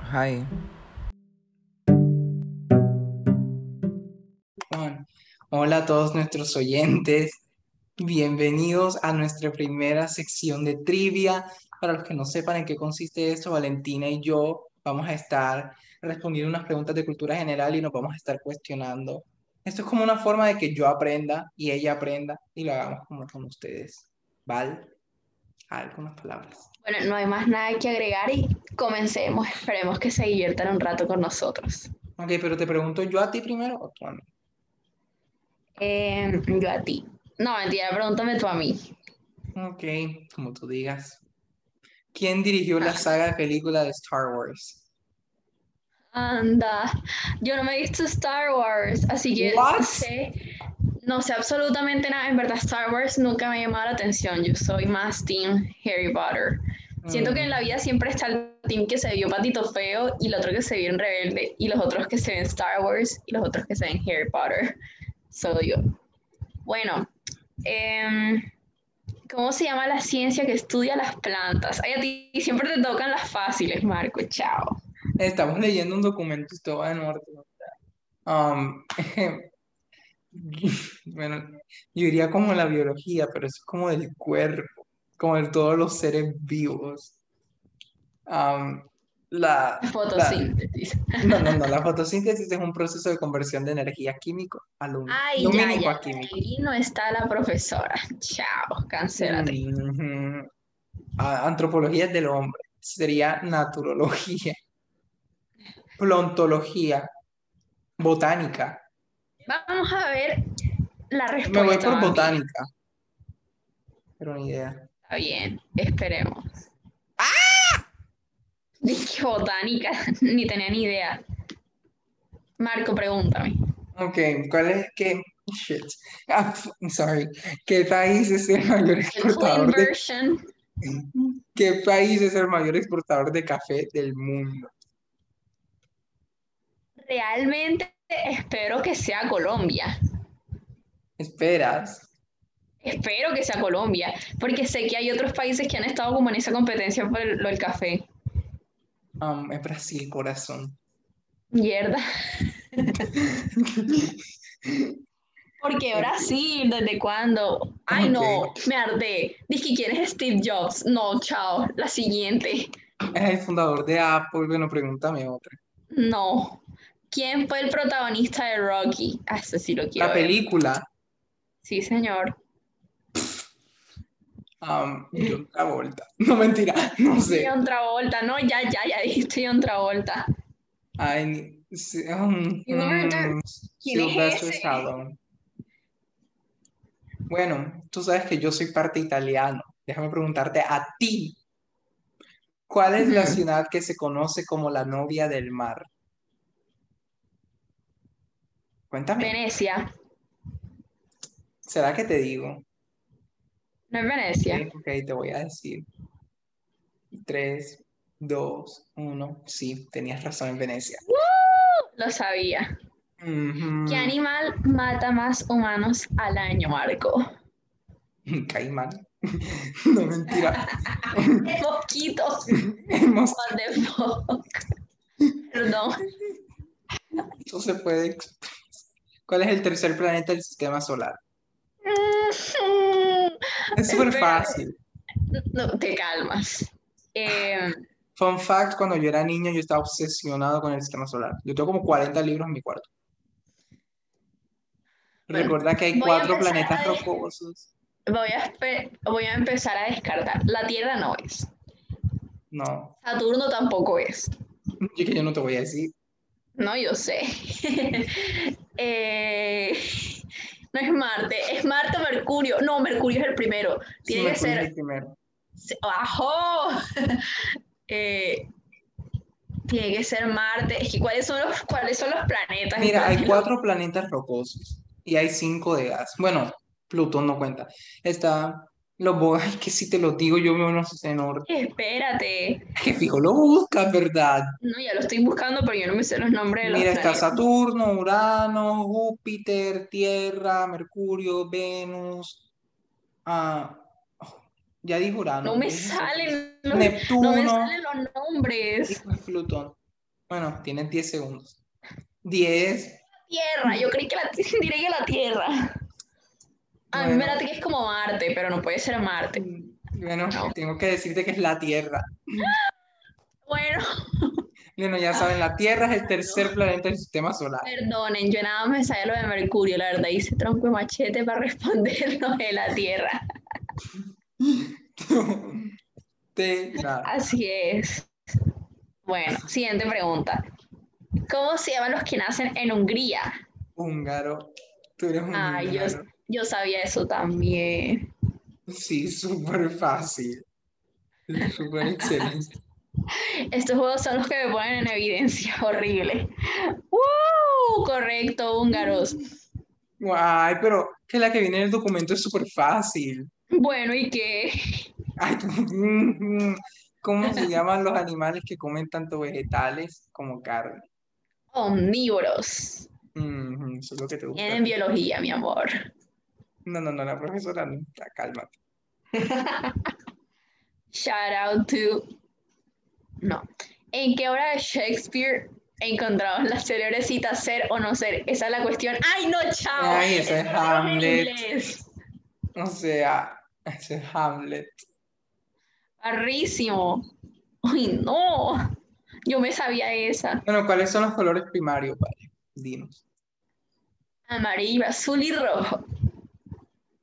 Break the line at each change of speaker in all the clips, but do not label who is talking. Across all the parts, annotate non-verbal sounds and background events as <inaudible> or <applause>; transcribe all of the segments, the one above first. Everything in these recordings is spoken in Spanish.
Hi.
Juan. Hola a todos nuestros oyentes. Bienvenidos a nuestra primera sección de trivia. Para los que no sepan en qué consiste esto, Valentina y yo vamos a estar respondiendo unas preguntas de cultura general y nos vamos a estar cuestionando. Esto es como una forma de que yo aprenda y ella aprenda y lo hagamos como con ustedes. ¿Vale? Algunas palabras.
Bueno, no hay más nada que agregar y comencemos. Esperemos que se diviertan un rato con nosotros.
Ok, pero te pregunto yo a ti primero o tú a mí.
Eh, yo a ti. No, mentira, pregúntame tú a mí.
Ok, como tú digas. ¿Quién dirigió
Ah.
la saga de película de Star Wars?
Anda, yo no me he visto Star Wars, así que
What?
no sé, no sé absolutamente nada. En verdad, Star Wars nunca me ha llamado la atención. Yo soy más Team Harry Potter. Siento que en la vida siempre está el team que se vio Patito Feo y el otro que se vio en Rebelde y los otros que se ven Star Wars y los otros que se ven Harry Potter. Soy yo. Bueno, em, ¿cómo se llama la ciencia que estudia las plantas? Ay, a ti siempre te tocan las fáciles, Marco. Chao.
Mm, Estamos leyendo un documento y todo va en orden. Um, <laughs> bueno, yo diría como la biología, pero eso es como del cuerpo, como de todos los seres vivos. Um, la, la-
Fotosíntesis.
no, no, no, la fotosíntesis es un proceso de conversión de energía químico a lo
Ay,
lumínico
ya, ya,
a químico.
ahí no está la profesora. Chao,
Mm.
cancélate.
Ujú. Mm-hmm. A- Antropología del hombre. Sería naturología. <laughs> Plontología. Botánica.
Vamos a ver la respuesta.
Me voy por
mami.
botánica. Pero ni idea.
Está bien, esperemos. ¡Ah! Dije botánica, <laughs> ni tenía ni idea. Marco, pregúntame.
Ok, ¿cuál es qué? Shit. Ah, <laughs> I'm sorry. ¿Qué país es el mayor
El clean
exportador de
version.
qué país es el mayor exportador de café del mundo?
Realmente espero que sea Colombia.
¿Esperas?
Espero que sea Colombia, porque sé que hay otros países que han estado como en esa competencia por el- lo del café.
Um, es Brasil, corazón. <laughs>
Mierda. Porque Brasil, ¿desde cuándo? Ay, no, me ardé. Dije, ¿quién es Steve Jobs? No, chao. La siguiente.
Es el fundador de Apple. Bueno, pregúntame otra.
No. ¿Quién fue el protagonista de Rocky? Ah, eso sí lo quiero.
La
ver.
película,
Sí, señor.
um, John Travolta. <laughs> No, mentira, no sé.
John Travolta. No, ya, ya, ya dijiste John Travolta.
Ay, ni- sí, um,
Murder.
mm,
¿Quién es
Sylvester
ese?
Stallone. Bueno, tú sabes que yo soy parte italiano. Déjame preguntarte a ti. ¿Cuál es la
<laughs> Ujú.
ciudad que se conoce como la novia del mar? Cuéntame,
Venecia.
¿será que te digo?
No es Venecia.
Ok, ok, te voy a decir. Tres, dos, uno. Sí, tenías razón en Venecia.
Lo sabía.
Ujú. Mm.
¿Qué animal mata más humanos al año, Marco?
<laughs> Un Caimán. No,
<laughs>
mentira.
Poquito.
Hemos-
What the fuck? Perdón.
Eso se puede. ex- ¿Cuál es el tercer planeta del sistema solar? Es súper
Espera.
fácil.
No, te calmas. Eh,
Fun fact, cuando yo era niño yo estaba obsesionado con el sistema solar. Yo tengo como 40 libros en mi cuarto.
Bueno,
Recuerda que hay
voy a
cuatro
empezar
planetas
a-
rocosos.
voy, a espe- voy a empezar a descartar. La Tierra no es.
No, <laughs>
Saturno tampoco es.
yo que yo no te voy a decir.
No, yo sé. <laughs> Eh, no es Marte. Es Marte o Mercurio. No, Mercurio es el primero.
Sí,
Tiene que
Mercurio es
ser.
el primero.
¡Ajo! <laughs> Eh, tiene que ser Marte. Es que, ¿cuáles son los, cuáles son los planetas?
Mira, hay cuatro planetas rocosos y hay cinco de gas. Bueno, Plutón no cuenta. Está los <laughs> bogas, es que si te lo digo yo me los sé en orden.
<laughs> Espérate.
Que fijo, lo buscas, ¿verdad?
No, ya lo estoy buscando, pero yo no me sé los nombres de los
Mira, está
planetas.
Saturno, Urano, Júpiter, Tierra, Mercurio, Venus. ah, oh, ya dije Urano.
No me
dije Saturno,
salen los, no me
Neptuno
salen los nombres.
y Plutón. Bueno, tienes 10 segundos. 10.
Tierra, yo creí que la, <laughs> diré que la Tierra. A mí
Bueno.
me late que es como Marte, pero no puede ser Marte.
mm, Bueno, tengo que decirte que es la Tierra.
Bueno,
Bueno, ya saben, la Tierra es el tercer planeta del sistema solar. <laughs>
perdonen, yo nada más me sabía lo de Mercurio, la verdad hice tronco y machete para <laughs> responder lo de la Tierra.
Te- nada.
Así es. Bueno, siguiente pregunta. ¿Cómo se llaman los que nacen en Hungría?
Húngaro. Tú eres un
Ay, yo,
húngaro.
yo sabía eso también.
Sí, súper fácil. Súper excelente.
Estos juegos son los que me ponen en evidencia <laughs> horrible. ¡Woo! Correcto, húngaros.
Ay, pero que la que viene en el documento es súper fácil.
Bueno, ¿y qué?
Ay, <laughs> tú- mm, mm. ¿Cómo
<laughs>
se llaman los animales que comen tanto vegetales como carne?
Omnívoros.
Mm, eso es lo que te gusta.
Tienen biología, mi amor.
No, no, no, la profesora no está, cálmate.
Shout out to. No. ¿En qué obra de Shakespeare encontramos la célebre cita ser o no ser? Esa es la cuestión. ¡Ay, no, chao!
Ay, ese es
Eso no en
Hamlet.
inglés.
O sea, ese es Hamlet.
Barrísimo. ¡Ay, no! Yo me sabía esa.
Bueno, ¿cuáles son los colores primarios, vale? Dinos.
Amarillo, azul y rojo.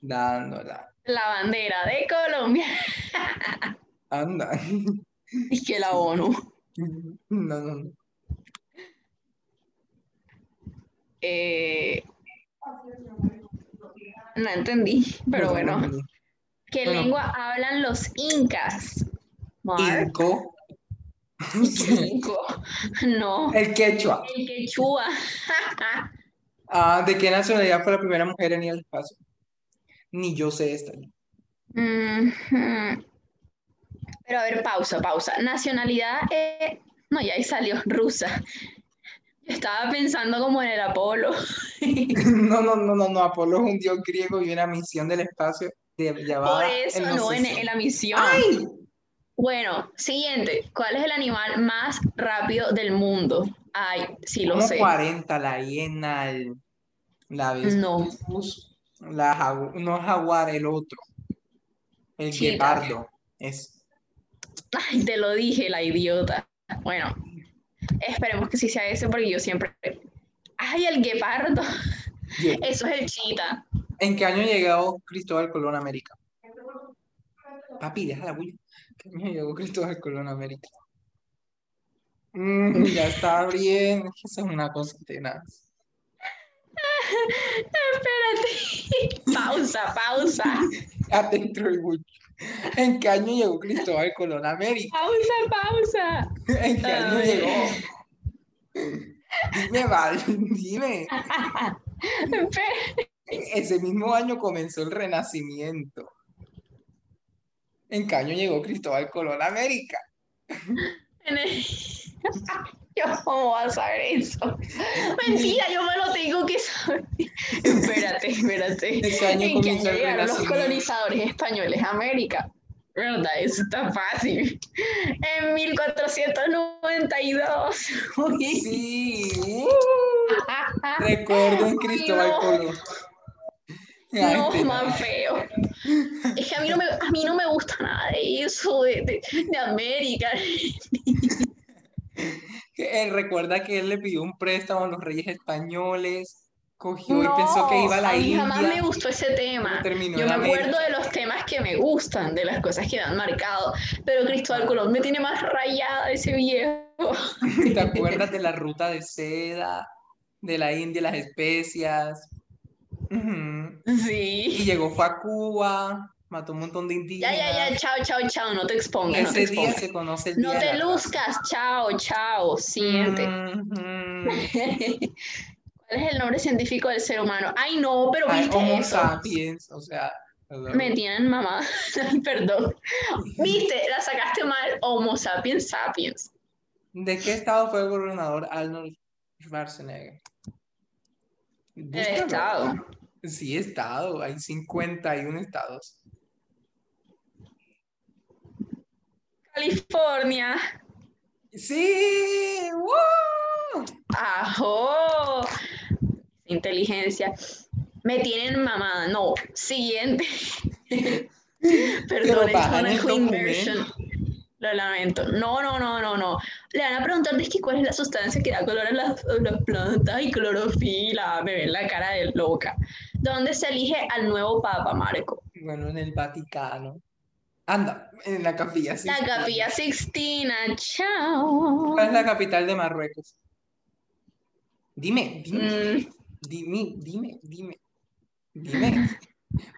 Dándola.
La bandera de Colombia. <laughs>
Anda. <laughs>
Y que la ONU.
No, no, no.
Eh, no entendí, pero
No,
bueno.
no, no.
¿Qué
Bueno.
lengua hablan los incas? Mar.
Inco.
<laughs> Cinco. No.
El quechua.
El <laughs> quechua.
Ah, ¿de qué nacionalidad fue la primera mujer en ir al espacio? Ni yo sé esta. <laughs>
Mhm. Pero a ver, pausa, pausa. Nacionalidad, eh, no, ya ahí salió, rusa. Yo estaba pensando como en el Apolo. <laughs>
No, no, no, no, no. Apolo es un dios griego y una misión del espacio de
Por
llamada.
eso,
en
no,
los
en,
60.
en la misión.
¡Ay!
Bueno, siguiente. ¿Cuál es el animal más rápido del mundo? Ay, sí lo
Como
sé.
40, la hiena, el- la
No.
avestruz, la jagu- no jaguar, el otro, el
Chica.
guepardo. Es,
Ay, te lo dije, la idiota. Bueno, esperemos que sí sea ese porque yo siempre... Ay, el guepardo.
Ye-
Eso es el chita. <laughs>
¿En qué año llegó Cristóbal Colón a América? Papi, deja la bulla. ¿Qué año llegó Cristóbal Colón a América? Mm, ya está bien. Esa es una cosa tenaz.
Espérate. Pausa, pausa.
Adentro el bulla. ¿En qué año llegó Cristóbal Colón a América?
Pausa, pausa.
¿En qué año
Ay.
llegó? Dime, Val, dime.
Espera.
Ese mismo año comenzó el Renacimiento. En Caño llegó Cristóbal Colón a América.
Yo cómo vas a saber eso. Mentira, yo me lo tengo que saber. Espérate, espérate.
Ese año
¿En qué año
comenzó el
llegaron los
Renacimiento.
colonizadores españoles a América? ¿Verdad? Eso está fácil. En 1492. <laughs> Uy.
Sí. uh, Recuerden Cristóbal
no.
Colón. Ay,
No,
te-
más feo. Es que a mí no me, a mí no me gusta nada de eso, de, de- de América.
que él recuerda que él le pidió un préstamo a los reyes españoles, cogió y
No,
pensó que iba a la
mí
India.
jamás me gustó ese tema.
pero terminó
Yo
en
me
América.
acuerdo de los temas que me gustan, de las cosas que me han marcado, pero Cristóbal Colón me tiene más rayada ese viejo.
¿Te acuerdas de la ruta de seda, de la India, las especias? Ujú. Y
Sí.
llegó, fue a Cuba, mató un montón de
Ya,
indígenas.
ya, ya, chao, chao, chao, no te expongas, no te
Ese día
expongas.
se conoce el
No
día de
te
la Mm.
luzcas, chao, chao, siguiente.
raza. Ujú.
<laughs> ¿Cuál es el nombre científico del ser humano? Ay, no, pero
Ay,
viste
Homo
eso.
sapiens, o sea. hello.
Me tienen mamá. <laughs> Perdón. Viste, la sacaste mal. Homo sapiens sapiens.
¿De qué estado fue el gobernador Arnold Schwarzenegger?
El
Búscalo.
Estado.
Sí, estado. Hay 51 estados.
California.
¡Sí! ¡Woo!
¡Ajo! Inteligencia. Me tienen mamada. No. Siguiente. <laughs> Perdón, es
bajan
una
el
queen
documento.
version. Lo lamento. No, no, no, no, no. Le van a preguntar es que cuál es la sustancia que da color a las, a las plantas y clorofila. Ah, Me ven la cara de loca. ¿Dónde se elige al nuevo Papa, Marco?
Bueno, en el Vaticano. Anda, en la capilla.
La
Sixtina.
Capilla Sixtina. Chao.
¿Cuál es la capital de Marruecos? Dime, dime,
Mm,
dime, dime, dime. Dime.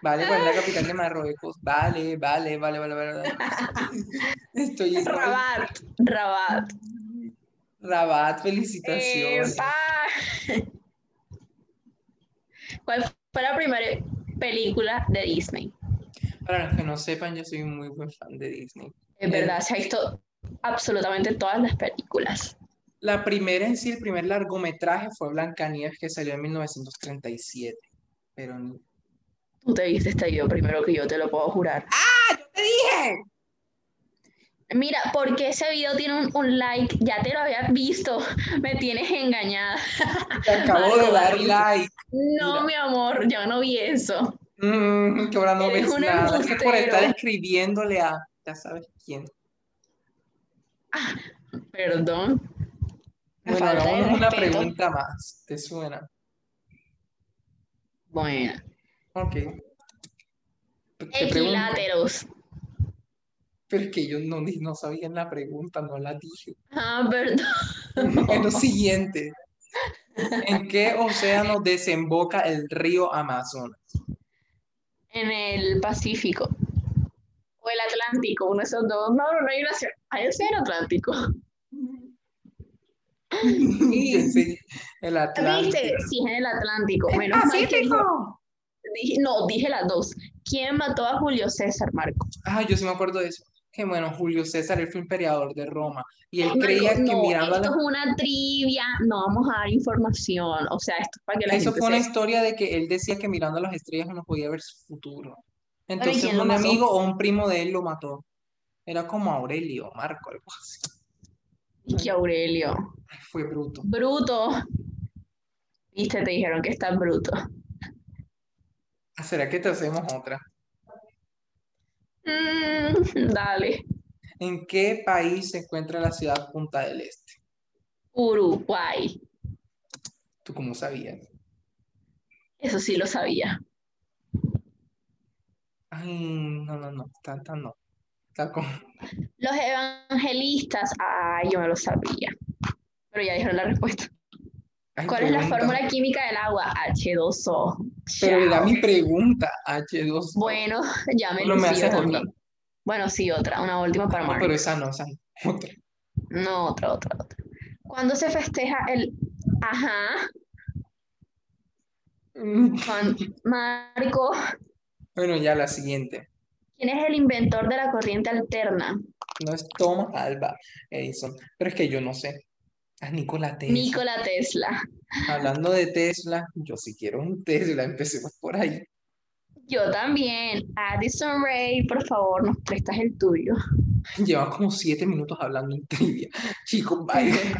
Vale, ¿cuál es la capital de Marruecos? Vale, vale, vale, vale, vale.
<laughs>
vale. Estoy estoy-
Mm, Rabat. Rabat. Eh,
Rabat, felicitaciones.
¡Epa! ¿Cuál fue la primera película de Disney?
Para los que no sepan, yo soy muy buen fan de Disney.
En verdad, se ha visto absolutamente todas las películas.
La primera en sí, el primer largometraje fue Blancanieves, que salió en 1937. Pero
<laughs>
ni...
Tú te viste este video primero que yo, te lo puedo jurar.
¡Ah! ¡Te dije!
Mira, porque ese video tiene un, un like, ya te lo había visto, <laughs> me tienes engañada.
Te acabo de
Marco,
dar
Marco.
like. Mira.
No, mi amor, yo no vi eso.
Mm, que ahora no
Eres
ves
un
nada. Es que por estar
embustero.
escribiéndole a ya sabes quién.
Perdón. Bueno,
Rafa,
falta de
hagamos una
respeto.
pregunta más. ¿Te suena?
Bueno,
Ok. Te pregunto,
equiláteros.
pero es que yo no, di- no sabía en la pregunta, no la dije. <laughs>
Ah, perdón.
Bueno, siguiente. ¿En qué océano desemboca el río
<laughs>
Amazonas? <laughs>
En el Pacífico. O el Atlántico, uno de esos dos. No, no, no hay nación. Hay océano Atlántico.
Sí, el
¿Viste?
Atlántico. Ah,
Sí, es en el Atlántico.
¡El
Menos mal que dije-
Pacífico!
dije- no, dije las dos. ¿Quién mató a Julio César, Marco?
Ah, yo sí me acuerdo de eso. Que bueno, Julio César, él fue emperador de Roma. Y él
Marco,
creía que
no,
mirando a
esto
la...
es una trivia, no vamos a dar información, o sea, esto es para que la
Eso
gente
fue una
se-
historia de que él decía que mirando las estrellas uno podía ver su futuro. Entonces
quién lo
un
mató?
amigo o un primo de él lo mató. Era como Aurelio, Marco, algo así.
Y que Aurelio,
Ay, fue bruto.
bruto. Viste, te dijeron que estás bruto.
Ah, ¿Será que te hacemos otra?
Mm, dale.
¿En qué país se encuentra la ciudad Punta del Este?
Uruguay.
¿Tú cómo sabías?
Eso sí lo sabía.
Ay, no, no, no, tanta no. Está como-
Los evangelistas, ay, yo no lo sabía. Pero ya dijeron la respuesta.
Ay,
¿Cuál es la
pregunta.
fórmula química del agua? H2O.
Pero era
Chao.
mi pregunta, H2.
Bueno, ya me
No me
lucí
haces
yo
otra.
también. Bueno, sí, otra, una última para
No,
Marco.
pero esa no, esa no. Otra.
No, otra, otra, otra. ¿Cuándo se festeja el... Ajá,
Mm,
Juan Marco,
Bueno, ya la siguiente.
¿quién es el inventor de la corriente alterna?
No es Thomas Alba Edison, pero es que yo no sé. Ah, Nikola Tesla.
Nikola Tesla.
Hablando de Tesla, yo sí quiero un Tesla, empecemos por ahí. <laughs>
Yo también. Addison Ray, por favor, nos prestas el tuyo.
Lleva como siete minutos hablando en trivia. Chicos, bye.